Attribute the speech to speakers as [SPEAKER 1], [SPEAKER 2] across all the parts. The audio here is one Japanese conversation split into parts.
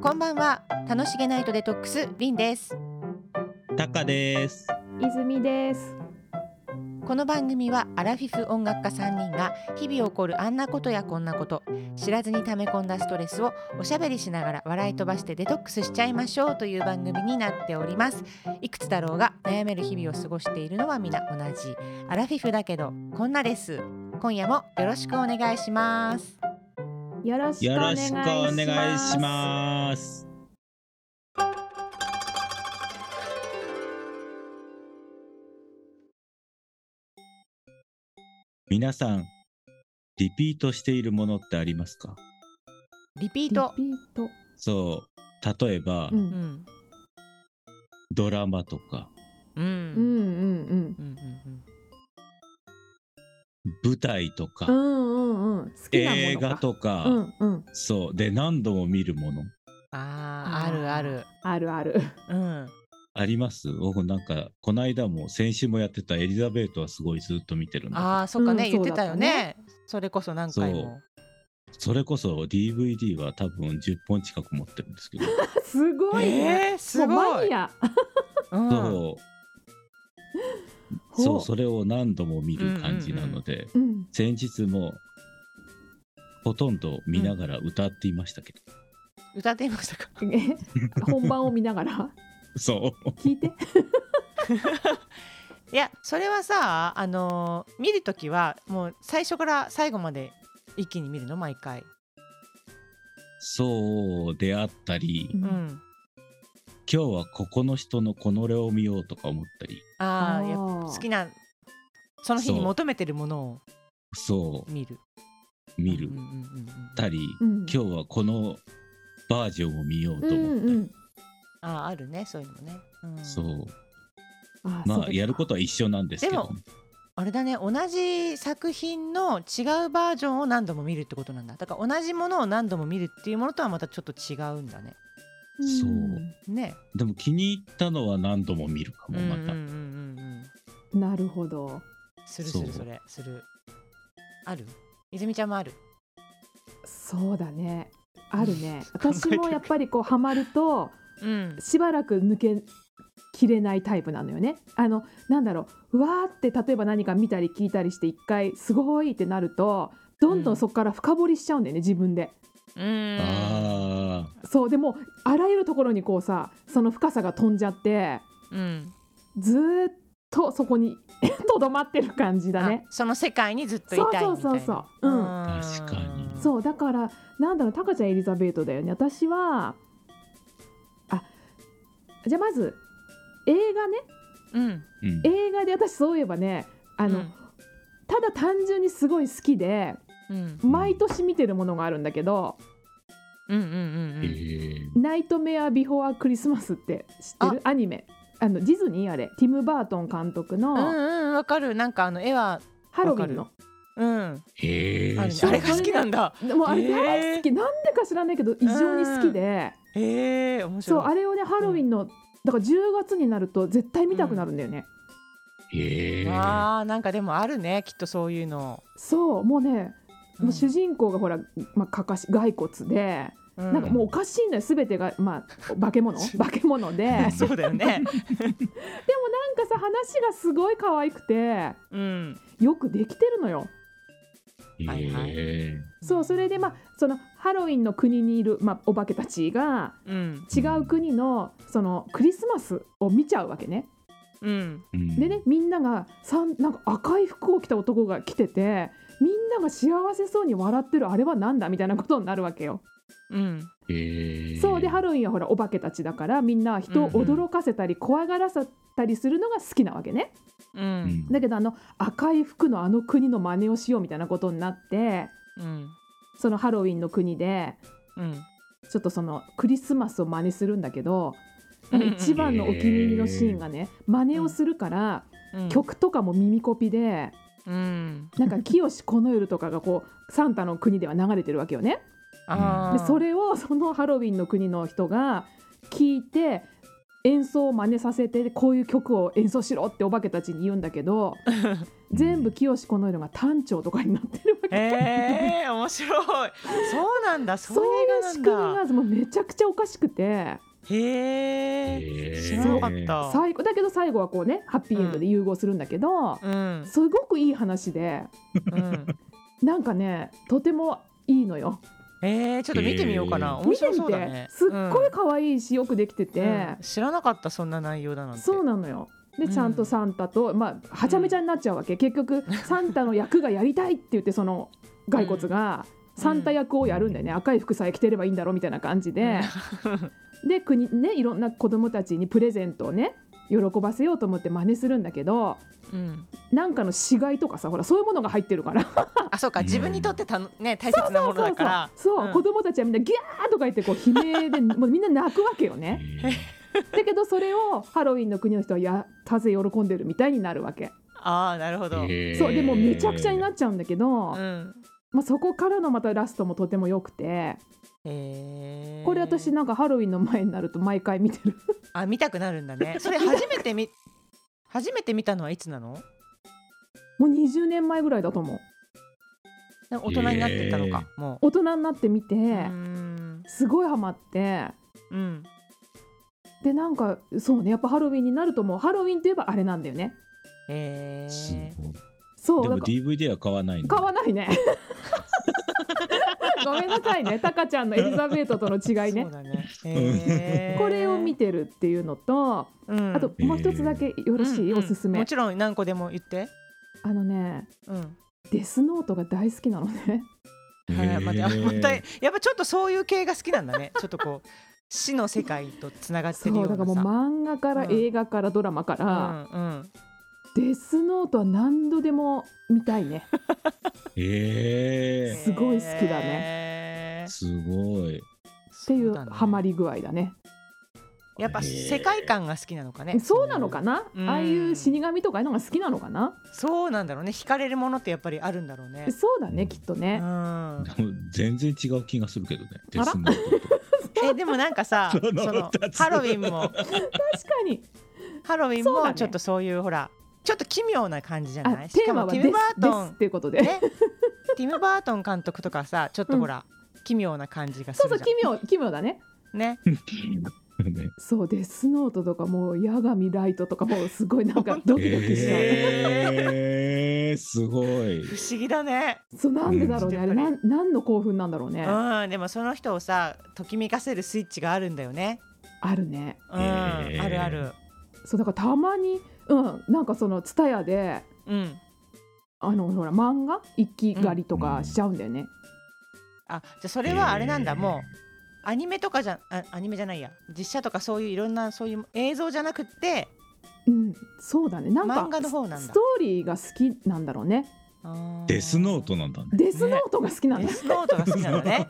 [SPEAKER 1] こんばんは楽しげナイトデトックスリンです
[SPEAKER 2] タカです。
[SPEAKER 3] 泉です。
[SPEAKER 1] この番組はアラフィフ音楽家3人が日々起こるあんなことやこんなこと知らずに溜め込んだストレスをおしゃべりしながら笑い飛ばしてデトックスしちゃいましょうという番組になっておりますいくつだろうが悩める日々を過ごしているのは皆同じアラフィフだけどこんなです今夜もよろしくお願いします
[SPEAKER 3] よろしく
[SPEAKER 2] よ
[SPEAKER 3] お願
[SPEAKER 2] ろ
[SPEAKER 3] いし
[SPEAKER 2] しくお
[SPEAKER 3] ます。
[SPEAKER 2] 願いします。皆さん、リピートしているものってありますか
[SPEAKER 1] リピ
[SPEAKER 3] リ
[SPEAKER 1] ー
[SPEAKER 3] ピー
[SPEAKER 1] ト
[SPEAKER 3] ト。
[SPEAKER 2] そう、例えば、
[SPEAKER 3] う
[SPEAKER 1] うんん
[SPEAKER 2] ドラマとか、
[SPEAKER 1] うんう
[SPEAKER 3] うんん
[SPEAKER 1] うん
[SPEAKER 2] 舞台とか、
[SPEAKER 3] うんうんうんうん。好きなもの
[SPEAKER 2] 映画とか、
[SPEAKER 3] うんうん
[SPEAKER 2] そう、で、何度も見るもの、
[SPEAKER 1] あーあるある
[SPEAKER 3] あるある。
[SPEAKER 1] うん
[SPEAKER 2] あります僕なんか、この間も先週もやってたエリザベートはすごいずっと見てるんだけど
[SPEAKER 1] ああそっかね、
[SPEAKER 3] うん
[SPEAKER 1] 言って
[SPEAKER 3] そうだ
[SPEAKER 1] た
[SPEAKER 3] っ
[SPEAKER 1] よ
[SPEAKER 3] た
[SPEAKER 1] ね
[SPEAKER 3] ね
[SPEAKER 1] それこそ何回も
[SPEAKER 2] それこそ DVD は多分10本近く持ってるんですけど、
[SPEAKER 3] すごいね。
[SPEAKER 1] えー、す
[SPEAKER 3] もう
[SPEAKER 1] ご
[SPEAKER 3] マ
[SPEAKER 1] い
[SPEAKER 3] ニア。
[SPEAKER 1] うん
[SPEAKER 2] そうそうそれを何度も見る感じなので、
[SPEAKER 3] う。うん。
[SPEAKER 2] 先日もほとんど見ながら歌っていましたけど、
[SPEAKER 1] 歌っていましたか
[SPEAKER 3] え本番を見ながら
[SPEAKER 2] そう
[SPEAKER 3] 聞いて。
[SPEAKER 1] いやそれはさあのー見るときはもう最初から最後まで一気に見るの毎回
[SPEAKER 2] そうであったり、
[SPEAKER 3] う
[SPEAKER 1] うんん
[SPEAKER 2] 今日はここの人のこのれを見ようとか思ったり
[SPEAKER 1] ああ
[SPEAKER 3] ー
[SPEAKER 1] やっぱ好きなその日に
[SPEAKER 2] そう
[SPEAKER 1] 求めてるものを
[SPEAKER 2] そ
[SPEAKER 1] 見る
[SPEAKER 2] う見る
[SPEAKER 1] うんうんうんうん
[SPEAKER 2] たり、
[SPEAKER 3] うん
[SPEAKER 2] 今日はこのバージョンを見ようと
[SPEAKER 3] う
[SPEAKER 2] 思ったり、
[SPEAKER 3] んうん。
[SPEAKER 1] あああるねそういうのね、うん、
[SPEAKER 2] そう
[SPEAKER 3] あー
[SPEAKER 2] まあやること
[SPEAKER 3] は
[SPEAKER 2] は一緒なんですけど
[SPEAKER 1] でもあれだね同じ作品の違うバージョンを何度も見るってことなんだだから同じものを何度も見るっていうものとはまたちょっと違うんだね
[SPEAKER 2] そう
[SPEAKER 1] ね
[SPEAKER 2] でも気に入ったのは何度も見るかもまた、
[SPEAKER 1] うんうんうんうんうん
[SPEAKER 3] なるほど。
[SPEAKER 1] するする
[SPEAKER 2] そう
[SPEAKER 1] それするある泉ちゃんもある
[SPEAKER 3] そうだね。あるね。私もやっぱりこうハマると。
[SPEAKER 1] うん
[SPEAKER 3] しばらく抜けきれないタイプなのよね。あのなんだろううわーって例えば何か見たり聞いたりして一回すごいってなるとどんどんそこから深掘りしちゃうんだよね自分で。
[SPEAKER 1] うん
[SPEAKER 2] あ
[SPEAKER 3] そうでもあらゆるところにこうさその深さが飛んじゃって
[SPEAKER 1] うん
[SPEAKER 3] ずーっとそこに とどまってる感じだね。
[SPEAKER 1] あその世界にずっといたいみたいな
[SPEAKER 3] そうそうそうそううん
[SPEAKER 1] ん
[SPEAKER 2] 確かに
[SPEAKER 3] そうだからなんだろうタカちゃんエリザベートだよね私はあじゃあまず映画ね
[SPEAKER 1] うん
[SPEAKER 2] ーうん
[SPEAKER 3] 映画で私そういえばねあ
[SPEAKER 1] あ
[SPEAKER 3] の、ただ単純にすごい好きで
[SPEAKER 1] うん
[SPEAKER 3] 毎年見てるものがあるんだけど
[SPEAKER 1] うんうんうんうん
[SPEAKER 2] え
[SPEAKER 3] 「ナイトメア・ビフォア・クリスマス」って知ってるアニメあのディズニーあれティム・バートン監督の
[SPEAKER 1] うんうんわかるなんかあの絵は
[SPEAKER 3] ハロウィン
[SPEAKER 1] わ
[SPEAKER 3] の、
[SPEAKER 1] うん
[SPEAKER 2] ー、えー、
[SPEAKER 1] あるね
[SPEAKER 2] 知
[SPEAKER 1] あ
[SPEAKER 2] らな
[SPEAKER 1] れ
[SPEAKER 2] い
[SPEAKER 1] が好きなんだ
[SPEAKER 3] でもあ
[SPEAKER 1] え
[SPEAKER 3] れ
[SPEAKER 1] ー
[SPEAKER 3] 大好き、なんでか知らないけど異常に好きで、
[SPEAKER 1] ええ面白
[SPEAKER 3] そう
[SPEAKER 1] い
[SPEAKER 3] あれをねハロウィンの、だから10月になると絶対見たくなるんだよね、
[SPEAKER 2] えー、
[SPEAKER 1] あーなんかでもあるねきっとそういうの、
[SPEAKER 3] そうもうねもう主
[SPEAKER 1] 人
[SPEAKER 3] 人公がほら、まあ、かかし骸骨で、
[SPEAKER 1] な
[SPEAKER 3] なんかもうおかしいんだよ全てが、まあ、化け 物化け物で
[SPEAKER 1] そうだよね
[SPEAKER 3] でもなんかさ話がすごい可愛くて
[SPEAKER 1] うん
[SPEAKER 3] よくできてるのよ。
[SPEAKER 1] はいはい
[SPEAKER 2] え
[SPEAKER 3] そうそれでまあそのハロウィンの国にいる、まあ、お化けたちが
[SPEAKER 1] うん
[SPEAKER 3] 違う国のそのクリスマスを見ちゃうわけね。
[SPEAKER 1] うん
[SPEAKER 2] ーうん
[SPEAKER 3] でねみんながさんなんか赤い服を着た男が来ててみんなが幸せそうに笑ってるあれはなんだみたいなことになるわけよ。
[SPEAKER 1] うん
[SPEAKER 2] えー、
[SPEAKER 3] そうでハロウィンはほらお化けたちだからみんな人を驚かせたり怖がらせたりするのが好きなわけね。
[SPEAKER 1] う
[SPEAKER 2] うんん
[SPEAKER 3] だけどあの赤い服のあの国の真似をしようみたいなことになって
[SPEAKER 1] うん
[SPEAKER 3] そのハロウィンの国で
[SPEAKER 1] うん
[SPEAKER 3] ちょっとそのクリスマスを真似するんだけど
[SPEAKER 1] うん
[SPEAKER 3] なんか一番のお気に入りのシーンがね真似をするから
[SPEAKER 1] うん
[SPEAKER 3] 曲とかも耳コピで
[SPEAKER 1] うん
[SPEAKER 3] なんか「清この夜」とかがこうサンタの国では流れてるわけよね。
[SPEAKER 1] あ
[SPEAKER 3] で
[SPEAKER 1] ー
[SPEAKER 3] それをそのハロウィンの国の人が聞いて演奏を真似させてこういう曲を演奏しろってお化けたちに言うんだ けど全部清この色が単調とかになってるわけ。
[SPEAKER 1] えー、面 白い。そうなんだ。そ
[SPEAKER 3] そう
[SPEAKER 1] ういう
[SPEAKER 3] いう仕
[SPEAKER 1] 映
[SPEAKER 3] 組み
[SPEAKER 1] 画なんだ。
[SPEAKER 3] がもうめちゃくちゃおかしくて
[SPEAKER 1] へ
[SPEAKER 2] へ
[SPEAKER 1] え。
[SPEAKER 2] ー
[SPEAKER 1] 知らなかった。
[SPEAKER 3] 最後だけど最後はこうねハッピーエンドで融合するんだけど、
[SPEAKER 1] うん。
[SPEAKER 3] すごくいい話で
[SPEAKER 1] うん。
[SPEAKER 3] なんかねとてもいいのよ。
[SPEAKER 1] えー、ちょっと見てみようかな。
[SPEAKER 2] え
[SPEAKER 1] 面
[SPEAKER 3] 見て
[SPEAKER 1] 白
[SPEAKER 3] み
[SPEAKER 1] そうだ
[SPEAKER 3] て
[SPEAKER 1] ね。
[SPEAKER 3] すっご
[SPEAKER 1] う
[SPEAKER 3] い可愛いしよくできてて、
[SPEAKER 1] んうん知らなかったそんな内容だなんて。
[SPEAKER 3] そう
[SPEAKER 1] う
[SPEAKER 3] なのよ。で
[SPEAKER 1] うん
[SPEAKER 3] ちゃんとサンタと、まあ、はちゃめちゃになっちゃうわけ、結局サンタの役がやりたいって言ってその骸骨が
[SPEAKER 1] うん
[SPEAKER 3] サンタ役をやるんだよね、赤い服さえ着てればいいんだろうみたいな感じで、で国ねいろんな子供たちにプレゼントをね喜ばせようと思って真似するんだけど
[SPEAKER 1] ん。うん。
[SPEAKER 3] なんかの死骸とかさほらそういうものが入ってるから
[SPEAKER 1] あ、そうか。
[SPEAKER 2] うん
[SPEAKER 1] 自分にとってたのね大切なものだから。
[SPEAKER 3] そうそうそう、
[SPEAKER 1] うん
[SPEAKER 3] 子供たちはみんなギャーとか言ってこう悲鳴で もうみんな泣くわけよね。 だけどそれをハロウィンの国の人はやったぜ喜んでるみたいになるわけ、
[SPEAKER 1] ああ、なるほど。
[SPEAKER 3] そうでもうめちゃくちゃになっちゃうんだけど、
[SPEAKER 1] うん。
[SPEAKER 3] まあ、そこからのまたラストもとても良くて
[SPEAKER 1] へー
[SPEAKER 3] これ私なんかハロウィンの前になると毎回見てる
[SPEAKER 1] あ見たくなるんだね。それ初めて見初めて見たのはいつなの？
[SPEAKER 3] もう20年前ぐらいだと思う
[SPEAKER 1] 大人になってたのか、も
[SPEAKER 3] 大人になってみて、
[SPEAKER 1] う。うーん
[SPEAKER 3] すごいハマって
[SPEAKER 1] うん。
[SPEAKER 3] でなんかそうねやっぱハロウィンになるともうハロウィンといえばあれなんだよね
[SPEAKER 1] え
[SPEAKER 2] す
[SPEAKER 1] ー。
[SPEAKER 2] ごい
[SPEAKER 3] そう
[SPEAKER 2] で
[SPEAKER 3] な
[SPEAKER 2] も
[SPEAKER 3] んか
[SPEAKER 2] DVD は買わないの
[SPEAKER 3] 買わないね ごめんなさいねタカちゃんのエリザベートとの違い
[SPEAKER 1] そ
[SPEAKER 3] ね
[SPEAKER 1] うだね。へー
[SPEAKER 3] これを見てるっていうのと
[SPEAKER 1] うん
[SPEAKER 3] あともう一つだけよろし
[SPEAKER 1] うん
[SPEAKER 3] い、
[SPEAKER 1] うん
[SPEAKER 3] おすすめ、
[SPEAKER 1] もちろん何個でも言って。
[SPEAKER 3] あのね
[SPEAKER 1] うん。
[SPEAKER 3] デスノートが大好きなのね
[SPEAKER 1] はい、また、
[SPEAKER 2] へー
[SPEAKER 1] また、やっぱちょっとそういう系が好きなんだね。 ちょっとこう、死の世界とつながって
[SPEAKER 3] そ
[SPEAKER 1] るよ
[SPEAKER 3] う
[SPEAKER 1] う
[SPEAKER 3] だ
[SPEAKER 1] な
[SPEAKER 3] か
[SPEAKER 1] さ。
[SPEAKER 3] らもう漫画から
[SPEAKER 1] うん
[SPEAKER 3] 映画からドラマから、
[SPEAKER 1] うん、うん。
[SPEAKER 3] デスノートは何度でも見たいね。
[SPEAKER 2] え
[SPEAKER 3] すごい好きだ
[SPEAKER 1] ね
[SPEAKER 2] ー、。すごい。
[SPEAKER 3] っていう
[SPEAKER 1] そうだね
[SPEAKER 3] ハマり具合だね。
[SPEAKER 1] やっぱ世界観が好きなのかね。
[SPEAKER 3] そうなのかな、
[SPEAKER 1] うん
[SPEAKER 3] ああいう死神とかああいうのが好きなのかな、
[SPEAKER 1] そうなんだろうね。惹かれるものってやっぱりあるんだろうね。
[SPEAKER 3] そうだねきっと
[SPEAKER 1] う
[SPEAKER 3] ね。
[SPEAKER 1] ん。
[SPEAKER 2] でも全然違う気がするけどね。
[SPEAKER 3] あら
[SPEAKER 2] デスノートと
[SPEAKER 1] え、でもなんかさ、そ
[SPEAKER 2] その
[SPEAKER 1] の
[SPEAKER 2] 二つ
[SPEAKER 1] ハロウィンも、
[SPEAKER 3] 確かに
[SPEAKER 1] ハロウィン
[SPEAKER 3] そうだ
[SPEAKER 1] も
[SPEAKER 3] ね
[SPEAKER 1] ちょっとそういうほら、ちょっと奇妙な感じじゃ
[SPEAKER 3] あ
[SPEAKER 1] ない。し
[SPEAKER 3] テ
[SPEAKER 1] か
[SPEAKER 3] ーマ
[SPEAKER 1] も
[SPEAKER 3] は
[SPEAKER 1] テ
[SPEAKER 3] デ
[SPEAKER 1] ィ
[SPEAKER 3] ス
[SPEAKER 1] ム・バー
[SPEAKER 3] で
[SPEAKER 1] ト
[SPEAKER 3] す
[SPEAKER 1] ン
[SPEAKER 3] っ。ていうことで。
[SPEAKER 1] ね、ティム・バートン監督とかさちょっとほら、奇妙な感じがす
[SPEAKER 3] そう
[SPEAKER 1] る
[SPEAKER 3] そう
[SPEAKER 1] じゃん
[SPEAKER 3] 奇妙奇妙だね。
[SPEAKER 1] ね
[SPEAKER 2] ね。
[SPEAKER 3] そうデスノートとかもう矢神ライトとかもうすごいなんか ドキドキしちゃう。
[SPEAKER 2] えー、すごい。
[SPEAKER 1] 不思議だね、
[SPEAKER 3] そうなんでだろうね、
[SPEAKER 1] うん
[SPEAKER 3] あれなん何の興奮なんだろうね。
[SPEAKER 1] うんでもその人をさときめかせるスイッチがあるんだよね
[SPEAKER 3] あるね。
[SPEAKER 1] うん、
[SPEAKER 2] へー
[SPEAKER 1] あるある
[SPEAKER 3] そうだからたまにうんなんかそのツタヤで
[SPEAKER 1] うん
[SPEAKER 3] あのほら漫画一気狩りとかしちゃうんだよね。
[SPEAKER 1] あじゃあそれはあれなんだ、
[SPEAKER 2] へー
[SPEAKER 1] もうアニメとかじゃあアニメじゃないや実写とかそういういろんなそういう映像じゃなくって
[SPEAKER 3] うん、そうだね。なんか
[SPEAKER 1] 漫画の方なんだ
[SPEAKER 3] スストーリーが好きなんだろうね。
[SPEAKER 1] あー
[SPEAKER 2] デスノートな んだね。
[SPEAKER 3] デスノートが好きなんだ。
[SPEAKER 1] デスノートが好きなんだね、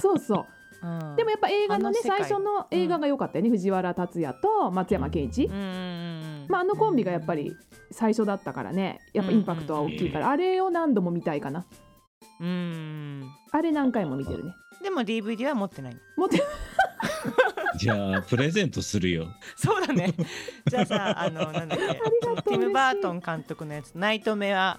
[SPEAKER 3] そうそう。
[SPEAKER 1] うん、
[SPEAKER 3] でもやっぱ映画のね
[SPEAKER 1] あの世界
[SPEAKER 3] 最初の映画が良かったよね。藤原竜也と松山ケンイチ
[SPEAKER 1] うん。うんうん
[SPEAKER 3] まああのコンビがやっぱり最初だったからね。やっぱインパクトは大きいから、あれを何度も見たいかな。
[SPEAKER 1] うん
[SPEAKER 3] あれ何回も見てるね。
[SPEAKER 1] でも DVD は持ってない
[SPEAKER 3] もうて
[SPEAKER 2] じゃあプレゼントするよ。
[SPEAKER 1] そうだ ね。じゃあさ、あの、なんだっ け、そのティム・バートン監督のやつ、ナイトメア・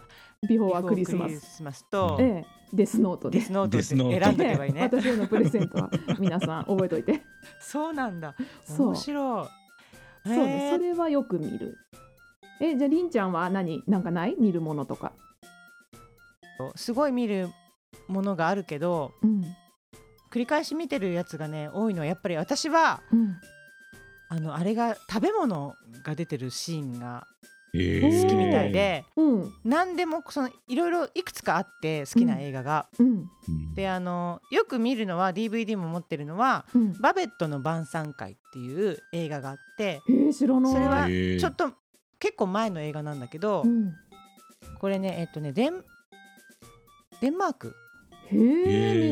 [SPEAKER 3] ビフォーはクリスマ
[SPEAKER 1] ビフォー
[SPEAKER 3] ス。
[SPEAKER 1] クリスマスと、
[SPEAKER 3] ええ、デスノート
[SPEAKER 1] デ
[SPEAKER 3] で
[SPEAKER 1] ス。ノート
[SPEAKER 2] デスノ
[SPEAKER 1] で
[SPEAKER 2] ート
[SPEAKER 1] 選んでけばいい
[SPEAKER 3] ええ
[SPEAKER 1] ね。
[SPEAKER 3] 私へのプレゼ ントは皆さん覚えといて。
[SPEAKER 1] そうなんだ。
[SPEAKER 3] そう
[SPEAKER 1] 面。白い。
[SPEAKER 3] そう
[SPEAKER 1] へ
[SPEAKER 3] ね、
[SPEAKER 1] ー
[SPEAKER 3] それはよく見る。え、じゃあ、りんちゃんは何、なんかない、見るものとか。
[SPEAKER 1] すごい見るものがあるけど、
[SPEAKER 3] うん、
[SPEAKER 1] 繰り返し見てるやつがね、多いのは、やっぱり私は、
[SPEAKER 3] うん、
[SPEAKER 1] あの、あれが、食べ物が出てるシーンが
[SPEAKER 2] え
[SPEAKER 3] 好
[SPEAKER 1] 好
[SPEAKER 3] き
[SPEAKER 1] きみたい。で、
[SPEAKER 3] うん、
[SPEAKER 1] 何でも、その、いろいろいくつかあって、好きな映画が。
[SPEAKER 3] うん、
[SPEAKER 2] うん
[SPEAKER 1] で、あの、よく見るのは、DVD も持ってるのは、
[SPEAKER 3] うん
[SPEAKER 1] 「バベットの晩餐会」っていう映画があって
[SPEAKER 3] えー、知らない。
[SPEAKER 1] それは
[SPEAKER 2] へー
[SPEAKER 1] ちょっと結構前の映画なんだけど
[SPEAKER 3] うん、
[SPEAKER 1] これねえっとねデンデンマーク
[SPEAKER 3] へえ、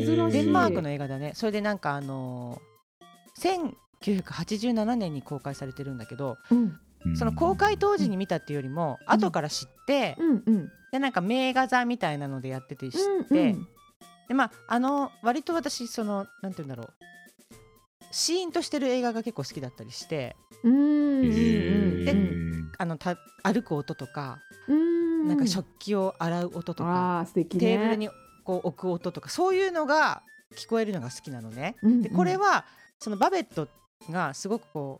[SPEAKER 2] へー
[SPEAKER 3] 珍し
[SPEAKER 1] デ
[SPEAKER 3] い。
[SPEAKER 1] ンマークの映画だねそれでなんかあのー1987年に公開されてるんだけど
[SPEAKER 3] うん、
[SPEAKER 1] その公開当時に見たっていうよりも
[SPEAKER 3] ん
[SPEAKER 1] 後から知って
[SPEAKER 3] うん、うん、
[SPEAKER 1] でなんか名画座みたいなのでやってて知っ
[SPEAKER 3] うん、う
[SPEAKER 1] て
[SPEAKER 3] ん
[SPEAKER 1] でまああの割と私そのなんて言うんだろうシーンとしてる映画が結構好きだったりして
[SPEAKER 3] うんうん
[SPEAKER 2] へ
[SPEAKER 1] で
[SPEAKER 3] うん
[SPEAKER 2] ー
[SPEAKER 1] あのた歩く音とか
[SPEAKER 3] うん
[SPEAKER 1] なんか食器を洗う音とか、
[SPEAKER 3] あー素敵ね
[SPEAKER 1] テーブルにこう置く音とかそういうのが聞こえるのが好きなのね。でこれ
[SPEAKER 3] は
[SPEAKER 1] はそのバベットがすごくこ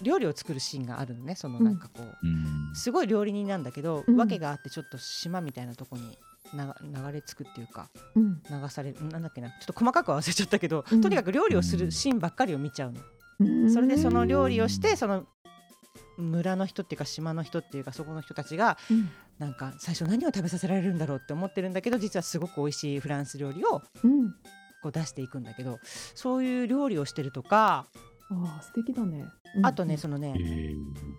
[SPEAKER 1] う料理を作るシーンがあるのねそのなんかこう
[SPEAKER 2] うん
[SPEAKER 1] すごい料理人なんだけど、
[SPEAKER 3] うん
[SPEAKER 1] 訳があってちょっと島みたいなとこにな流れ着くっていうか
[SPEAKER 3] うん
[SPEAKER 1] 流されるなんだっけなちょっと細かくは忘れちゃったけど、
[SPEAKER 3] うん
[SPEAKER 1] とにかく料理をするシーンばっかりを見ちゃうの、
[SPEAKER 3] うん
[SPEAKER 1] それでその料理をしてその村の人っていうか島の人っていうかそこの人たちが
[SPEAKER 3] うん
[SPEAKER 1] なんか最初何を食べさせられるんだろうって思ってるんだけど実はすごく美味しいフランス料理を
[SPEAKER 3] うん
[SPEAKER 1] こう出していくんだけどそういう料理をしてるとか
[SPEAKER 3] あー素敵だねうん
[SPEAKER 1] あとねそのね、
[SPEAKER 2] へー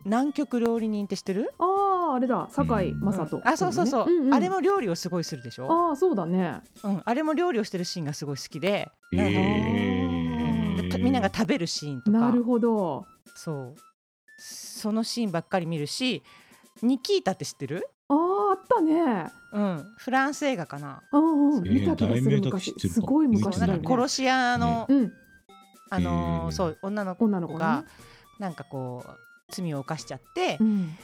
[SPEAKER 1] 南極料理人って知ってる、
[SPEAKER 3] あああれだ堺
[SPEAKER 2] うん
[SPEAKER 3] 雅人
[SPEAKER 1] あそうそうそう、
[SPEAKER 3] んん
[SPEAKER 1] あれも料理をすごいするでしょ
[SPEAKER 3] ああそうだね
[SPEAKER 1] うん、あれも料理をしてるシーンがすごい好きで、
[SPEAKER 2] へ
[SPEAKER 1] なんか
[SPEAKER 2] ー
[SPEAKER 1] たみんなが食べるシーンと
[SPEAKER 3] な
[SPEAKER 1] か
[SPEAKER 3] るほど
[SPEAKER 1] そうそのシーンばっかり見るしニキータって知ってる、
[SPEAKER 3] あーあったね
[SPEAKER 1] うん、フランス映画かな
[SPEAKER 3] うんうん
[SPEAKER 2] えー
[SPEAKER 3] 見た気が
[SPEAKER 2] 題
[SPEAKER 3] する
[SPEAKER 2] 名だけ知
[SPEAKER 3] 昔
[SPEAKER 2] ってるか
[SPEAKER 3] すごい
[SPEAKER 2] 見
[SPEAKER 3] 昔
[SPEAKER 2] て
[SPEAKER 1] な
[SPEAKER 3] だ
[SPEAKER 2] ない
[SPEAKER 3] よ
[SPEAKER 1] ん
[SPEAKER 3] ね
[SPEAKER 1] か殺し屋の、
[SPEAKER 3] うん
[SPEAKER 1] あのー
[SPEAKER 2] へー
[SPEAKER 1] そう女の子
[SPEAKER 3] 女の子が
[SPEAKER 1] がなんかこう罪を犯しちゃって
[SPEAKER 3] う、ん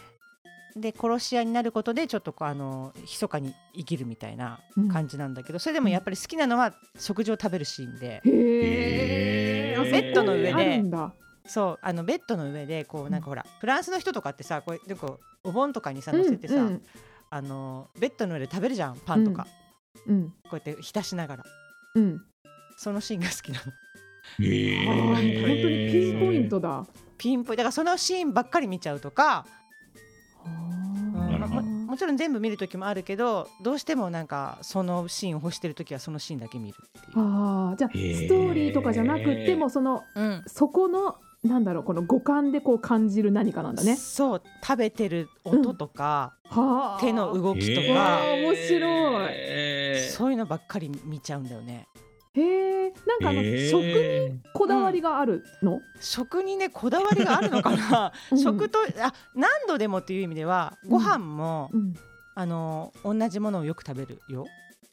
[SPEAKER 1] で殺し屋になることでちょっとこうあのー密かに生きるみたいな
[SPEAKER 3] うん
[SPEAKER 1] 感じなんだけど、それでもやっぱり好きなのは食事を食べるシーンで、
[SPEAKER 3] へえ
[SPEAKER 2] ベッドの上で
[SPEAKER 3] あるんだ
[SPEAKER 1] そうあのベッドの上でこうなんかほら、フランスの人とかってさこうなんかお盆とかにさ乗せてさ、
[SPEAKER 3] うんうん
[SPEAKER 1] あのベッドの上で食べるじゃんパンとか、
[SPEAKER 3] うん
[SPEAKER 1] こうやって浸しながら
[SPEAKER 3] うん
[SPEAKER 1] そのシーンが好きなの
[SPEAKER 2] へ
[SPEAKER 3] あ
[SPEAKER 2] ー
[SPEAKER 3] ー本当にピンポイントだ
[SPEAKER 1] ピンポイントだからそのシーンばっかり見ちゃうとか、うん
[SPEAKER 2] な
[SPEAKER 1] ま
[SPEAKER 2] る
[SPEAKER 1] あ
[SPEAKER 2] ほど
[SPEAKER 1] ももちろん全部見る時もあるけどどうしてもなんかそのシーンを欲してる時はそのシーンだけ見るっていう。
[SPEAKER 3] ああじゃあ
[SPEAKER 2] へー
[SPEAKER 3] ストーリーとかじゃなくってもその
[SPEAKER 1] うん
[SPEAKER 3] そこのなんだろうこの五感でこう感じる何かなんだね。
[SPEAKER 1] そう食べてる音とか、
[SPEAKER 3] はあ。
[SPEAKER 1] 手の動きと
[SPEAKER 2] へー
[SPEAKER 1] か、
[SPEAKER 3] わあ面白い
[SPEAKER 2] へー
[SPEAKER 1] そういうのばっかり見ちゃうんだよね。
[SPEAKER 3] へえ。なんかあの
[SPEAKER 2] へー
[SPEAKER 3] 食にこだわりがあるの？
[SPEAKER 1] 食にねこだわりがあるのかな、
[SPEAKER 3] うん
[SPEAKER 1] 食とあ何度でもっていう意味ではご飯も、
[SPEAKER 3] うん。
[SPEAKER 1] あの同じものをよく食べるよ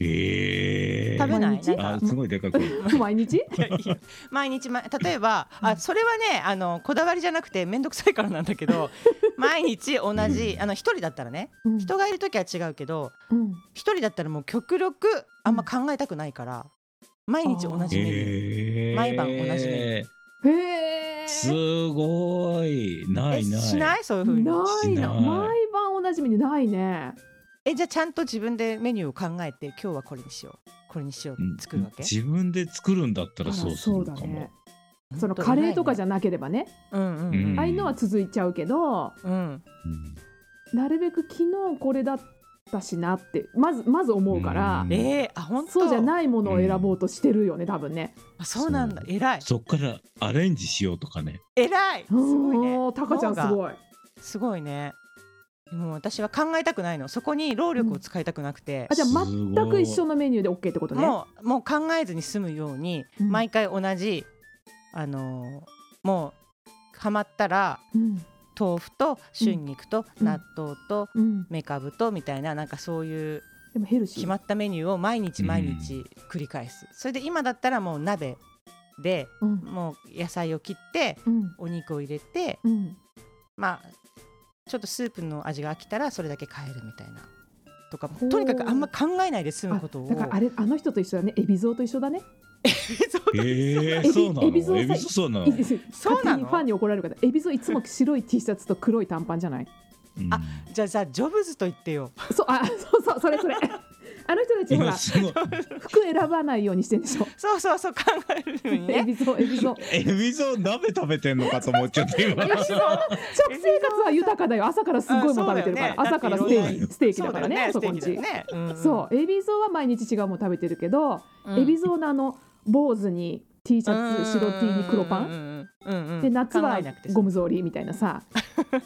[SPEAKER 2] へー
[SPEAKER 1] 食べない
[SPEAKER 3] 毎日
[SPEAKER 1] な
[SPEAKER 2] あ
[SPEAKER 1] んか
[SPEAKER 2] すごいでかく
[SPEAKER 3] 毎日？
[SPEAKER 1] いやいや毎日ま例えば
[SPEAKER 3] う
[SPEAKER 1] あ
[SPEAKER 3] ん
[SPEAKER 1] それはねあのこだわりじゃなくて面倒くさいからなんだけ ど毎日同じあの一人だったらね
[SPEAKER 3] うん
[SPEAKER 1] 人がいる時は違うけど
[SPEAKER 3] うん。
[SPEAKER 1] 一人だったらもう極力あんま考えたくないから毎日同じメニュー
[SPEAKER 2] へー
[SPEAKER 1] 毎晩同じメ
[SPEAKER 3] へえ。
[SPEAKER 2] すごいな
[SPEAKER 1] え
[SPEAKER 2] いない
[SPEAKER 1] しないそういう風に
[SPEAKER 3] ないな。
[SPEAKER 2] しない
[SPEAKER 3] 毎晩おなじみにないね。
[SPEAKER 1] えじゃあちゃんと自分でメニューを考えて今日はこれにしようこれにしよ
[SPEAKER 2] う
[SPEAKER 1] う
[SPEAKER 2] ん
[SPEAKER 1] 作るわけ
[SPEAKER 2] 自分で作るんだったらそうす
[SPEAKER 3] そ
[SPEAKER 2] る
[SPEAKER 3] う
[SPEAKER 2] か
[SPEAKER 3] だ
[SPEAKER 2] も
[SPEAKER 3] ね。そのカレーとかじ
[SPEAKER 1] ゃ
[SPEAKER 3] ゃなければね、
[SPEAKER 1] うんうん
[SPEAKER 2] うん
[SPEAKER 3] ああいうのは続いちゃうけど、
[SPEAKER 1] うんうん
[SPEAKER 2] うん
[SPEAKER 3] なるべく昨日これだったしなってまずまず思うから
[SPEAKER 2] うん、
[SPEAKER 1] えーあ本当
[SPEAKER 3] そうじゃないものを選ぼうとしてるよね、多分ね。
[SPEAKER 1] あそうなんだ
[SPEAKER 2] そ
[SPEAKER 1] 偉い
[SPEAKER 2] そっからアレンジしようとかね
[SPEAKER 1] 偉いすごいね
[SPEAKER 3] おータカちゃんす
[SPEAKER 1] 脳が
[SPEAKER 3] ごい。
[SPEAKER 1] すごいねもう私は考えたくないのそこに労力を使いたくなくて
[SPEAKER 3] あ、じゃあ
[SPEAKER 2] すごい
[SPEAKER 3] 全く一緒のメニューで OK ってことね。
[SPEAKER 1] もうもう考えずに済むように、
[SPEAKER 3] うん
[SPEAKER 1] 毎回同じあのーもうハマったら
[SPEAKER 3] うん
[SPEAKER 1] 豆腐と春菊と
[SPEAKER 3] うん
[SPEAKER 1] 納豆と
[SPEAKER 3] うん、
[SPEAKER 1] メカブとみたいななんかそういう
[SPEAKER 3] でもヘルシ
[SPEAKER 1] 決
[SPEAKER 3] ー。
[SPEAKER 1] まったメニューを毎日
[SPEAKER 2] うん
[SPEAKER 1] 毎日繰り返す、それで今だったらもう鍋で
[SPEAKER 3] うん
[SPEAKER 1] もう野菜を切って
[SPEAKER 3] うん
[SPEAKER 1] お肉を入れて
[SPEAKER 3] うん、
[SPEAKER 1] まあちょっとスープの味が飽きたらそれだけ変えるみたいなとかとにかくあんま考えないで済む
[SPEAKER 3] あ
[SPEAKER 1] ことを
[SPEAKER 3] だからあれあの人と一緒だねエビゾウと一緒だね
[SPEAKER 1] そうだ
[SPEAKER 2] え
[SPEAKER 3] エビ
[SPEAKER 2] ー、そうなの
[SPEAKER 3] エビゾウさん
[SPEAKER 2] エビゾウそうなの、
[SPEAKER 3] いいです
[SPEAKER 1] そうなの
[SPEAKER 3] 勝手にファンに怒られる方エビゾウいつも白い T シャツと黒い短パンじゃない
[SPEAKER 2] うん
[SPEAKER 1] あ じゃあじゃあジョブズと言ってよ
[SPEAKER 3] そうあ そうそうそれそれあの人たちほ
[SPEAKER 2] 今
[SPEAKER 3] ら
[SPEAKER 2] すごい
[SPEAKER 3] 服選ばないようにしてんでしょ、
[SPEAKER 1] そうそうそう考えるのに
[SPEAKER 3] エ
[SPEAKER 1] ね
[SPEAKER 3] ビゾウエビゾウ
[SPEAKER 2] エビゾウ鍋食べてんのかと思っちゃった今
[SPEAKER 1] そう
[SPEAKER 3] 食生活は豊かだよ朝からすごいもの食べてるから、
[SPEAKER 1] あそうだよね
[SPEAKER 3] 朝からス
[SPEAKER 2] だってい
[SPEAKER 3] テ
[SPEAKER 2] ろい
[SPEAKER 3] ーキステーキ
[SPEAKER 1] そ
[SPEAKER 3] だ
[SPEAKER 1] う
[SPEAKER 3] か
[SPEAKER 1] だよ
[SPEAKER 3] らね
[SPEAKER 1] ね
[SPEAKER 3] あそ
[SPEAKER 1] 素
[SPEAKER 3] こん
[SPEAKER 1] 敵だ
[SPEAKER 3] ち
[SPEAKER 1] よね、うん
[SPEAKER 3] そうエビゾウは毎日違うもの食べてるけど、
[SPEAKER 1] うん、
[SPEAKER 3] エビゾウのあの坊主に T シャツ白 T に黒パン、
[SPEAKER 1] ン、うんうんうんうん、
[SPEAKER 3] で夏
[SPEAKER 1] 考
[SPEAKER 3] は
[SPEAKER 1] えなくて済む
[SPEAKER 3] ゴム草履みたいなさ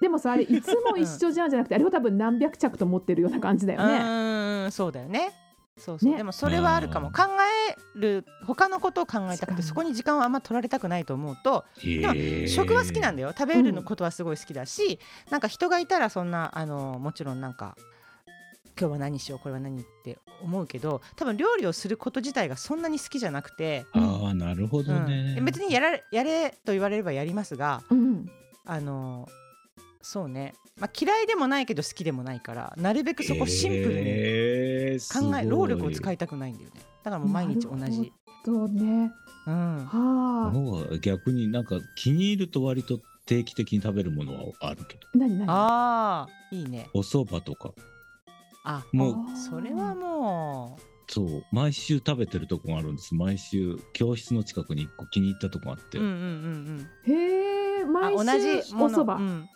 [SPEAKER 3] でもさあれいつも一緒じゃんじゃなくてあれは多分何百着と持ってるような感じだよ
[SPEAKER 1] う
[SPEAKER 3] ね。
[SPEAKER 1] んうんそうだよねそうそう、
[SPEAKER 3] ね
[SPEAKER 1] でもそれはあるかも
[SPEAKER 2] うん
[SPEAKER 1] 考える他のことを考えたく
[SPEAKER 3] 確か
[SPEAKER 1] て
[SPEAKER 3] に
[SPEAKER 1] そこに時間はあんま取られたくないと思うと食は好きなんだ
[SPEAKER 2] だ
[SPEAKER 1] よ食べるのことはすごい好きだし、なんか人がいたらそんなあのもちろんなんか今日は何しようこれは何って思うけど多分料理をすること自体がそんなに好きじゃなくて、
[SPEAKER 2] ああ、なるほどね。
[SPEAKER 1] うん別にやられやれと言われればやりますが
[SPEAKER 3] うん、
[SPEAKER 1] あのそうね、まあ、嫌いでもないけど好きでもないからなるべくそこシンプルに
[SPEAKER 2] えーす
[SPEAKER 1] 考
[SPEAKER 2] ご
[SPEAKER 1] え、
[SPEAKER 2] い
[SPEAKER 1] 労力を使いたくないんだよねだからもう毎日同
[SPEAKER 3] なるほ
[SPEAKER 1] じ、
[SPEAKER 3] そうね
[SPEAKER 1] うん、
[SPEAKER 3] はあ
[SPEAKER 2] なんか逆になんか気に入ると割と定期的に食べるものはあるけど
[SPEAKER 3] 何何
[SPEAKER 1] あーいいね
[SPEAKER 2] お蕎麦とか
[SPEAKER 1] あ
[SPEAKER 2] もう
[SPEAKER 3] あー
[SPEAKER 1] それはも
[SPEAKER 2] そう毎週食べてるとこがあるんです毎週教室の近くに1個気に入ったとこがあって
[SPEAKER 1] う、うんうんうん
[SPEAKER 3] へえ
[SPEAKER 1] うんあ
[SPEAKER 3] 毎
[SPEAKER 1] 同
[SPEAKER 3] 週
[SPEAKER 1] じ
[SPEAKER 3] お
[SPEAKER 1] もの
[SPEAKER 3] そば、
[SPEAKER 1] うん、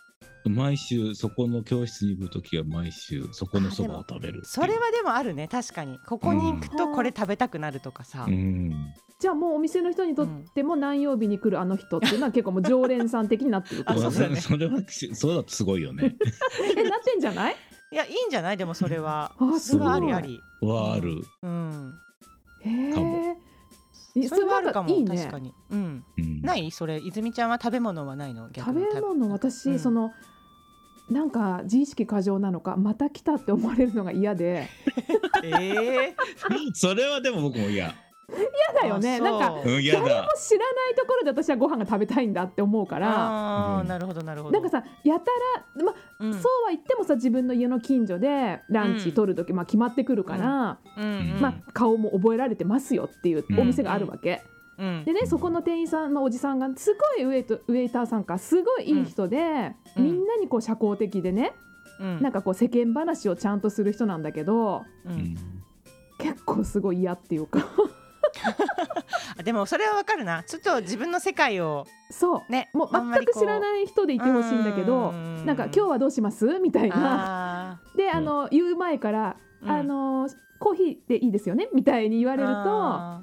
[SPEAKER 2] 毎週そこの教室に行く時は毎週そこのそばを食べるっていう
[SPEAKER 1] それはでもあるね確かにここに行くとこれ食べたくなるとかさ、
[SPEAKER 2] うん
[SPEAKER 3] じゃあもうお店の人にとっても何曜日に来るあの人っていうのは結構もう常連さん的になってるか
[SPEAKER 1] あ
[SPEAKER 3] ら
[SPEAKER 1] そうだね
[SPEAKER 2] それはそうだとすごいよね
[SPEAKER 3] えなってんじゃ ない
[SPEAKER 1] いやいいんじゃないでもそれは
[SPEAKER 3] あ
[SPEAKER 1] それはあ
[SPEAKER 2] すご
[SPEAKER 1] り
[SPEAKER 2] い
[SPEAKER 1] あり
[SPEAKER 2] はある、
[SPEAKER 1] うん
[SPEAKER 3] へ
[SPEAKER 2] か
[SPEAKER 3] え
[SPEAKER 2] も
[SPEAKER 3] い
[SPEAKER 1] それはあるかも
[SPEAKER 3] それなんかいいね
[SPEAKER 1] 確かにうん
[SPEAKER 2] うん、
[SPEAKER 1] ないそれ泉ちゃんは食べ物はないの逆
[SPEAKER 3] 食
[SPEAKER 1] に
[SPEAKER 3] べ物私、
[SPEAKER 1] うん
[SPEAKER 3] そのなんか自意識過剰なのかまた来たって思われるのが 嫌で
[SPEAKER 1] ええ
[SPEAKER 2] それはでも僕も嫌
[SPEAKER 3] 嫌だよねなんか
[SPEAKER 2] うん嫌だ
[SPEAKER 3] 知らないところで私はご飯が食べたいんだって思うから
[SPEAKER 1] ああー
[SPEAKER 2] うん
[SPEAKER 1] なるほどなるほど
[SPEAKER 3] なんかさやたら、ま
[SPEAKER 1] うん
[SPEAKER 3] そうは言ってもさ自分の家の近所でランチ取る時、まあ、決まってくるから、
[SPEAKER 1] うんうん
[SPEAKER 3] まあ、顔も覚えられてますよっていうお店があるわけ。
[SPEAKER 1] うん
[SPEAKER 3] でねそこの店員さんのおじさんがすごいウェイトウェイターさんかすごいいい人で、
[SPEAKER 1] うん
[SPEAKER 3] みんなにこう社交的でね、
[SPEAKER 1] うん
[SPEAKER 3] なんかこう世間話をちゃんとする人なんだけど
[SPEAKER 1] う
[SPEAKER 2] うんん
[SPEAKER 3] 結構すごい嫌っていうか
[SPEAKER 1] あでもそれはわかるなちょっと自分の世界を
[SPEAKER 3] そう
[SPEAKER 1] ね
[SPEAKER 3] もう
[SPEAKER 1] あんま
[SPEAKER 3] 全
[SPEAKER 1] りこ
[SPEAKER 3] く知らない人でいてほしいんだけど
[SPEAKER 1] うーん
[SPEAKER 3] なんか今日はどうしますみたいな
[SPEAKER 1] あ
[SPEAKER 3] であの言う前から、
[SPEAKER 1] ーうん
[SPEAKER 3] あのコーヒーでいいですよねみたいに言われるとあ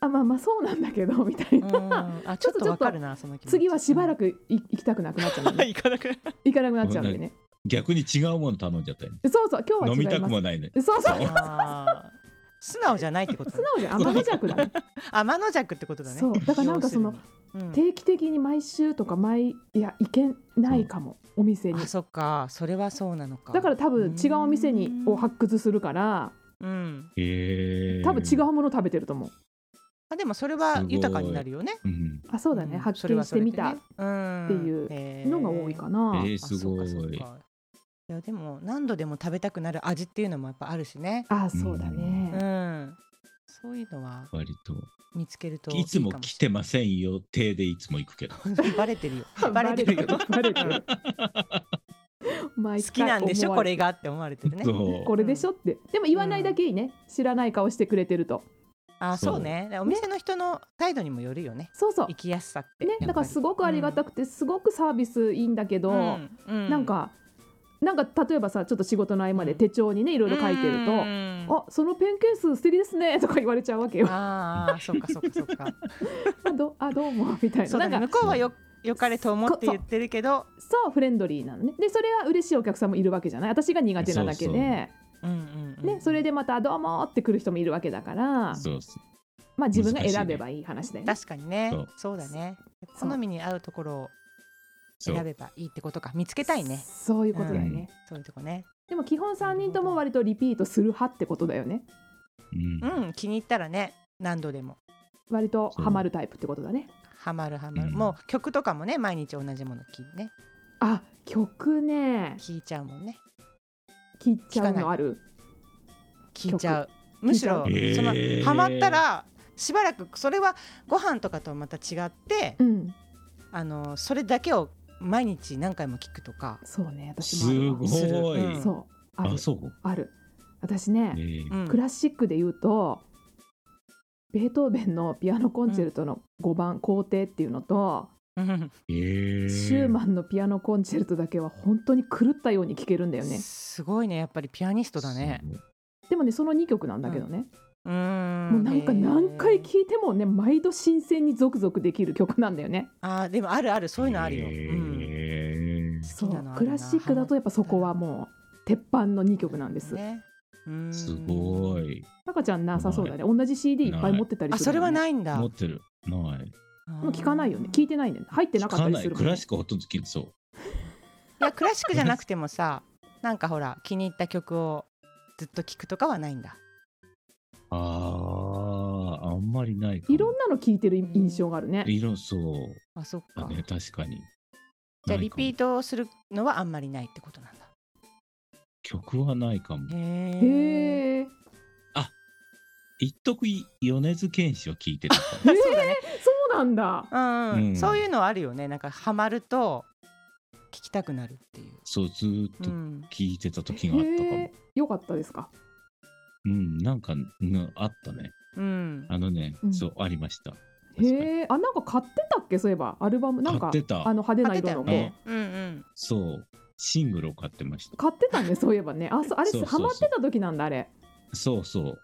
[SPEAKER 1] あ
[SPEAKER 3] まあまあそうなんだけどみたい
[SPEAKER 1] ー
[SPEAKER 3] な、
[SPEAKER 1] うんあちょっとわかるなその気持ち
[SPEAKER 3] 次はしばらくい行きたくなくなっちゃうのね
[SPEAKER 1] 行かなく
[SPEAKER 3] 行かなくなっちゃうんでね
[SPEAKER 2] 逆に違うもの頼んじゃったよね
[SPEAKER 3] そうそう今日は違います
[SPEAKER 2] 飲みたくもないね
[SPEAKER 3] そうそう
[SPEAKER 1] あー素直じゃないってことだ
[SPEAKER 3] 素
[SPEAKER 1] ね
[SPEAKER 3] 直じゃん天の弱だね
[SPEAKER 1] 天の弱ってことだね
[SPEAKER 3] そうだからなんかその
[SPEAKER 1] 要するに
[SPEAKER 3] 定期的に毎週とか毎いや行けないかも、お店
[SPEAKER 1] うん
[SPEAKER 3] に
[SPEAKER 1] あそっかそれはそうなのか
[SPEAKER 3] だから多分違うお店に
[SPEAKER 1] うん
[SPEAKER 3] を発掘するから
[SPEAKER 1] うん
[SPEAKER 2] へえ
[SPEAKER 3] 多分違うもの食べてると思う
[SPEAKER 1] あでもそれは
[SPEAKER 2] すごい
[SPEAKER 1] 豊かになるよね
[SPEAKER 2] うん、
[SPEAKER 3] あそうだね、
[SPEAKER 1] ん
[SPEAKER 3] 発
[SPEAKER 1] それ
[SPEAKER 3] 見
[SPEAKER 1] は
[SPEAKER 3] し
[SPEAKER 1] それ
[SPEAKER 3] て
[SPEAKER 1] でねっ
[SPEAKER 3] みた
[SPEAKER 1] て
[SPEAKER 3] いうのが多いかな、
[SPEAKER 2] えーすごい
[SPEAKER 1] あそっかそっかいやでも何度でも食べたくなる味っていうのもやっぱあるしね
[SPEAKER 3] あそうだ
[SPEAKER 1] う
[SPEAKER 3] ね、
[SPEAKER 1] んそういうのは
[SPEAKER 2] 割と
[SPEAKER 1] 見つけるとい
[SPEAKER 2] いつも
[SPEAKER 1] か
[SPEAKER 2] 来
[SPEAKER 1] して
[SPEAKER 2] ませんよ手でいつも行くけど
[SPEAKER 1] れない バレてるよバレてるよ好
[SPEAKER 3] バレてる 毎
[SPEAKER 1] き
[SPEAKER 3] 回
[SPEAKER 1] なんでしょ
[SPEAKER 3] 思
[SPEAKER 1] こ
[SPEAKER 3] わる
[SPEAKER 1] れがって思われてるね
[SPEAKER 2] そう
[SPEAKER 3] これでしょってでも言わないだけいいね、知らない顔してくれてると
[SPEAKER 1] あそうねお店の人の態度にもよるよね
[SPEAKER 3] そうそう
[SPEAKER 1] 行きやすさって
[SPEAKER 3] ねだからすごくありがた
[SPEAKER 1] く
[SPEAKER 3] くて、すごくサービスいいんだけど、なんかなんか例えばさちょっと仕事の合間で手帳にねいろいろ書いてると「あそのペンケース素敵ですね」と か言われちゃうわけよ。
[SPEAKER 1] ああそっかそっかそっ か
[SPEAKER 3] あどあどうも みたいな
[SPEAKER 1] そうだね
[SPEAKER 3] なん
[SPEAKER 1] 向
[SPEAKER 3] か
[SPEAKER 1] こうはよよかれと思って言ってるけど
[SPEAKER 3] そうフレンドリーなのねでそれは嬉しいお客さんもいるわけじゃない私が苦手なだけで
[SPEAKER 2] そうそう
[SPEAKER 3] ね、
[SPEAKER 1] うんうんうん
[SPEAKER 3] それでまた「どうも」って来る人もいるわけだから
[SPEAKER 2] そうそう
[SPEAKER 3] まあ自分が選べばいい話だよね。
[SPEAKER 1] 確かにね
[SPEAKER 2] そう
[SPEAKER 1] そうだね
[SPEAKER 3] そ
[SPEAKER 1] 好
[SPEAKER 3] う
[SPEAKER 1] みに合うところを
[SPEAKER 2] そう
[SPEAKER 1] 選べばいいってことか見つけたいね
[SPEAKER 3] そういうことだよね。
[SPEAKER 1] そういうとこね
[SPEAKER 3] でも基本3人とも割とリピートする派ってことだよね。
[SPEAKER 2] うん
[SPEAKER 1] うん気に入ったらね何度でも
[SPEAKER 3] 割とハマるタイプってことだね。
[SPEAKER 1] ハマるハマる、
[SPEAKER 2] うん
[SPEAKER 1] もう曲とかもね毎日同じもの聴い,、ね、
[SPEAKER 3] あ曲ね
[SPEAKER 1] 聴いちゃうもんね
[SPEAKER 3] 聞いちゃうのある。
[SPEAKER 1] 聴いちゃうむしろ
[SPEAKER 2] 聴いち
[SPEAKER 1] そ
[SPEAKER 2] ゃ
[SPEAKER 1] の
[SPEAKER 2] うへー
[SPEAKER 1] ハマったらしばらくそれはご飯とかとまた違って
[SPEAKER 3] うん
[SPEAKER 1] あのそれだけを毎日何回も聞くとか、
[SPEAKER 3] そうね私
[SPEAKER 2] す
[SPEAKER 3] もあるわ
[SPEAKER 2] ごい
[SPEAKER 1] するうん
[SPEAKER 3] そうある
[SPEAKER 2] あそう
[SPEAKER 3] ある私ね、
[SPEAKER 2] ええ
[SPEAKER 1] うん
[SPEAKER 3] クラシックで言うとベートーベンのピアノコンチェルトの5番皇帝っていうのと、
[SPEAKER 1] うん
[SPEAKER 2] ええ
[SPEAKER 3] シューマンのピアノコンチェルトだけは本当に狂ったように聴けるんだよね
[SPEAKER 1] すごいねやっぱりピアニストだね。
[SPEAKER 3] でもねその2曲なんだけどね、
[SPEAKER 1] うーん
[SPEAKER 3] もうなんか何回聴いてもね毎度新鮮にゾクゾクできる曲なんだよね
[SPEAKER 1] あーでもあるあるそういうのあるよ。
[SPEAKER 2] へ
[SPEAKER 1] うん
[SPEAKER 2] え
[SPEAKER 1] き
[SPEAKER 3] そう
[SPEAKER 1] なのある
[SPEAKER 3] ク
[SPEAKER 1] な
[SPEAKER 3] ラシックだとやっぱそこはもう鉄板の2曲なんです、
[SPEAKER 1] ね、うーん
[SPEAKER 2] すご。い
[SPEAKER 3] 赤ちゃんなさそうだね同じ CD いっぱい持ってたり
[SPEAKER 1] あ
[SPEAKER 3] する
[SPEAKER 1] それ
[SPEAKER 3] も
[SPEAKER 1] は
[SPEAKER 3] んね
[SPEAKER 1] ないんだ。
[SPEAKER 2] 持ってるない
[SPEAKER 3] もう聞かないよね。聞いてないね。入ってな
[SPEAKER 2] 聞
[SPEAKER 3] かった
[SPEAKER 2] か
[SPEAKER 3] り
[SPEAKER 2] な
[SPEAKER 3] す
[SPEAKER 2] い
[SPEAKER 3] る
[SPEAKER 2] ク
[SPEAKER 3] もんね
[SPEAKER 2] ラシックはほとんど聞いてそう
[SPEAKER 1] いやクラシックじゃなくてもさ、なんかほら気に入った曲をずっと聞くとかはないんだ
[SPEAKER 2] ああ、あんまりないかも。
[SPEAKER 3] いろんなの聞いてる印象があるね。
[SPEAKER 2] 色そう
[SPEAKER 1] あそっ
[SPEAKER 2] だ
[SPEAKER 1] か
[SPEAKER 2] ね、確かに。
[SPEAKER 1] じゃあ
[SPEAKER 2] ない
[SPEAKER 1] リ
[SPEAKER 2] かも
[SPEAKER 1] ピートするのはあんまりないってことなんだ
[SPEAKER 2] 曲はないかも。
[SPEAKER 1] へえ
[SPEAKER 3] へえ。
[SPEAKER 2] 一時、米津玄師を聞いてたか も。
[SPEAKER 1] そうだね
[SPEAKER 3] そうなんだ。
[SPEAKER 1] うん、うん
[SPEAKER 2] うん
[SPEAKER 1] そういうのはあるよねなんかハマると聞きたくなるっていう、
[SPEAKER 2] そう、ずーっ
[SPEAKER 1] う
[SPEAKER 2] と
[SPEAKER 1] ん、
[SPEAKER 2] 聞いてた時
[SPEAKER 3] へ
[SPEAKER 2] があったかも
[SPEAKER 3] え。。よかったですか。
[SPEAKER 2] うん、なんか、うんあったね。
[SPEAKER 1] うん、
[SPEAKER 2] あのね、
[SPEAKER 3] うん
[SPEAKER 2] そう、ありました。確かに
[SPEAKER 3] へえ。あなんか買ってたっけそういえばアルバムなんか
[SPEAKER 2] 買ってた
[SPEAKER 3] あの派手な色の
[SPEAKER 1] よ
[SPEAKER 3] 子
[SPEAKER 1] ねうんうん
[SPEAKER 2] そう、シングルを買ってました。
[SPEAKER 3] 買ってたねそういえばね。あそうあれ
[SPEAKER 2] そうそう
[SPEAKER 3] ハ
[SPEAKER 2] そう
[SPEAKER 3] マってた時なんだあれ。
[SPEAKER 2] そうそう。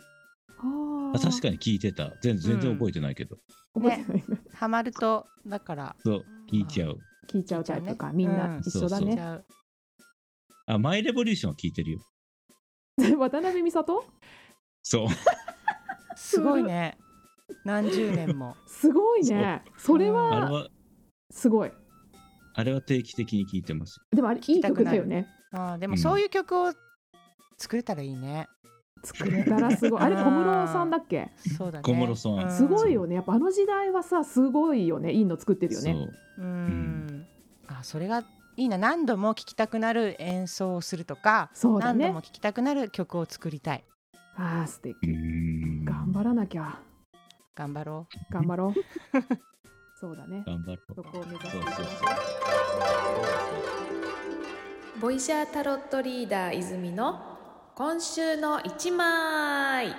[SPEAKER 3] あ
[SPEAKER 2] あ確か
[SPEAKER 3] に
[SPEAKER 2] に聞いてた。全全然覚えてないけど。
[SPEAKER 3] 覚えてないな。
[SPEAKER 1] ハマるとだから
[SPEAKER 2] そう、聞いちゃう。
[SPEAKER 3] 聞いちゃうタイプか。
[SPEAKER 1] 聞い
[SPEAKER 3] み
[SPEAKER 1] ちゃう
[SPEAKER 3] ん
[SPEAKER 1] ね
[SPEAKER 3] な一緒だ
[SPEAKER 1] 聞いち
[SPEAKER 3] ね。
[SPEAKER 1] ゃう
[SPEAKER 2] あ、マイレボリューションは聞いてるよ。
[SPEAKER 3] 渡辺美里
[SPEAKER 2] そう。
[SPEAKER 1] すごいね何十年も
[SPEAKER 3] すごいね。それ
[SPEAKER 2] あれ
[SPEAKER 3] は
[SPEAKER 2] は、
[SPEAKER 3] すごい。
[SPEAKER 2] あれは定期的に聞いてます。
[SPEAKER 3] でもあれい
[SPEAKER 1] き
[SPEAKER 3] い
[SPEAKER 1] た
[SPEAKER 3] 曲
[SPEAKER 1] くな
[SPEAKER 3] だ
[SPEAKER 1] る
[SPEAKER 3] よね。
[SPEAKER 1] あーでもそういう曲を作れたらいいね、
[SPEAKER 3] 作れたらすごい。あれ
[SPEAKER 1] うん
[SPEAKER 3] 小室さんだっけ。
[SPEAKER 1] そうだね
[SPEAKER 2] 小室さん
[SPEAKER 3] すごいよね。やっぱあの時代はさすごいよね。いいの作ってるよ
[SPEAKER 2] そ
[SPEAKER 3] ね。
[SPEAKER 2] う。
[SPEAKER 1] うん、あそれがいいな何度も聴きたくなる演奏をするとか、
[SPEAKER 3] そうだ
[SPEAKER 1] 何度
[SPEAKER 3] ね
[SPEAKER 1] も。聴きたくなる曲を作りたい
[SPEAKER 3] ああ素敵。
[SPEAKER 2] うーん。
[SPEAKER 3] 頑張らなきゃ。
[SPEAKER 1] 頑張ろう
[SPEAKER 3] 頑張ろう。そうだね。
[SPEAKER 2] 頑張ろう
[SPEAKER 3] そ。こを目指して
[SPEAKER 2] そ
[SPEAKER 3] いうきま
[SPEAKER 2] そ
[SPEAKER 3] しょ
[SPEAKER 2] う
[SPEAKER 3] う
[SPEAKER 4] ボイシャータロットリーダー泉の今週の一枚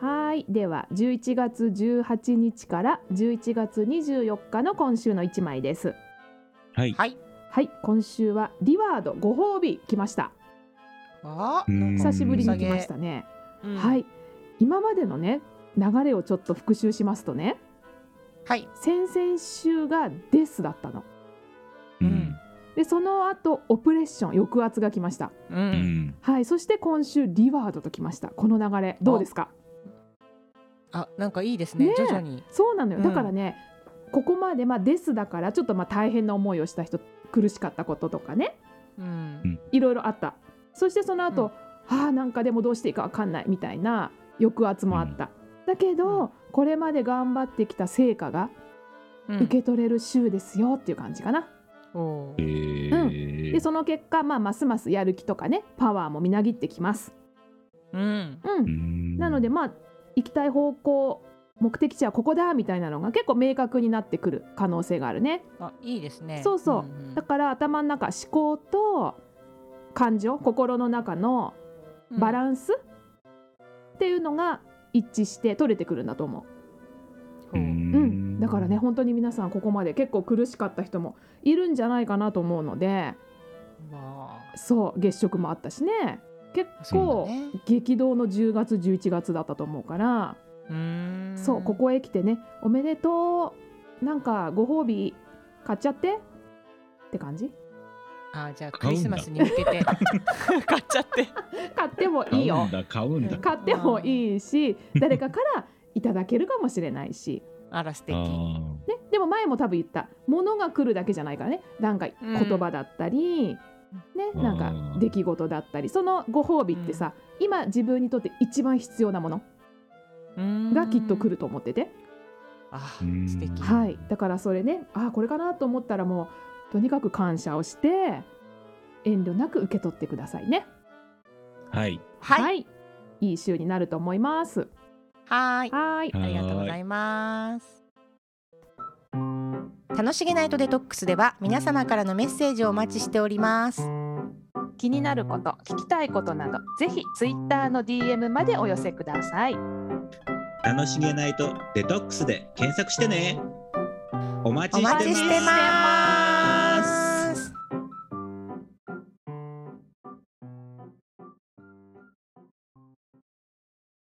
[SPEAKER 3] はい、では11月18日から11月24日の今週の一枚です。
[SPEAKER 2] はい。
[SPEAKER 1] はい
[SPEAKER 3] はい、今週はリワードご褒美来ました。
[SPEAKER 1] わあ
[SPEAKER 2] うん
[SPEAKER 3] 久しぶりに来ましたね。
[SPEAKER 1] うん
[SPEAKER 3] はい、今までのね流れをちょっと復習しますとね、
[SPEAKER 1] はい
[SPEAKER 3] 先々週がですだったの。
[SPEAKER 2] うん。
[SPEAKER 3] でその後オプレッション抑圧が来ました。
[SPEAKER 1] う
[SPEAKER 2] うんん。
[SPEAKER 3] はい、そして今週リワードと来ました。この流れどうですか？
[SPEAKER 1] あなんかいいですね
[SPEAKER 3] ねえ
[SPEAKER 1] 徐々に
[SPEAKER 3] そうなのよ、
[SPEAKER 1] うん
[SPEAKER 3] だからねここまで、まあ、ですだからちょっとまあ大変な思いをした人苦しかったこととかね
[SPEAKER 1] うん
[SPEAKER 3] いろいろあったそしてその後、ああなんかでもどうしていいかわかんないみたいな抑圧もあった、だけど、
[SPEAKER 1] うん
[SPEAKER 3] これまで頑張ってきた成果が
[SPEAKER 1] うん
[SPEAKER 3] 受け取れる週ですよっていう感じかな、
[SPEAKER 1] お
[SPEAKER 2] え
[SPEAKER 1] ー
[SPEAKER 2] ー
[SPEAKER 3] でその結果、まあ、ますますやる気とかねパワーもみなぎってきます、
[SPEAKER 1] うん
[SPEAKER 3] うん
[SPEAKER 2] うん
[SPEAKER 3] なのでまあ行きたい方向目的地はここだみたいなのが結構明確になってくる可能性があるね
[SPEAKER 1] あいいですね
[SPEAKER 3] そうそうん
[SPEAKER 1] ん
[SPEAKER 3] だから頭の中思考と感情心の中のバ
[SPEAKER 1] ン
[SPEAKER 3] ランスっていうのが一致して取れてくるんだと思
[SPEAKER 1] スうん
[SPEAKER 3] う、うん、だからね、本当に皆さんここまで結構苦しかった人もいるんじゃないかなと思うので
[SPEAKER 1] わあ
[SPEAKER 3] そう月食もあったしね結
[SPEAKER 1] そう
[SPEAKER 3] 構
[SPEAKER 1] だね
[SPEAKER 3] 激動の10月11月だったと思うから
[SPEAKER 1] うーん
[SPEAKER 3] そうここへ来てね「おめでとうなんかご褒美買っちゃって」って感じ
[SPEAKER 1] あじゃあク
[SPEAKER 2] 買
[SPEAKER 1] リ
[SPEAKER 2] うん
[SPEAKER 1] ス
[SPEAKER 2] だ
[SPEAKER 1] マスに向けて買っちゃって
[SPEAKER 3] 買ってもいい
[SPEAKER 2] 買う
[SPEAKER 3] よ
[SPEAKER 2] ん。だ、買うんだ。
[SPEAKER 3] 買ってもいいし誰かからいただけるかもしれないし、
[SPEAKER 1] あら素
[SPEAKER 2] あ
[SPEAKER 1] 敵
[SPEAKER 3] ね、でも前も多分言ったものが来るだけじゃないからねなんか言葉だったり、ね、なん
[SPEAKER 2] あー
[SPEAKER 3] か出来事だったりそのご褒美ってさ、今自分にとって一番必要なもの
[SPEAKER 1] が
[SPEAKER 3] がきっと来ると思ってて、
[SPEAKER 1] あ
[SPEAKER 2] うーん
[SPEAKER 1] 素敵
[SPEAKER 2] うん
[SPEAKER 3] はい、だからそれねあーこれかなと思ったらもうとにかく感謝をして遠慮なく受け取ってくださいね。
[SPEAKER 2] ーはい。
[SPEAKER 1] はい
[SPEAKER 3] い、いい週になると思います。
[SPEAKER 1] はーい
[SPEAKER 3] はい
[SPEAKER 1] ありがとうございます楽しげナイトデトックスでは皆様からのメッセージをお待ちしております
[SPEAKER 4] 気になること聞きたいことなどぜひツイッターの DM までお寄せください
[SPEAKER 5] 楽しげないとデトックスで検索してねお待
[SPEAKER 1] お
[SPEAKER 5] ちしてます
[SPEAKER 1] 待ちしてます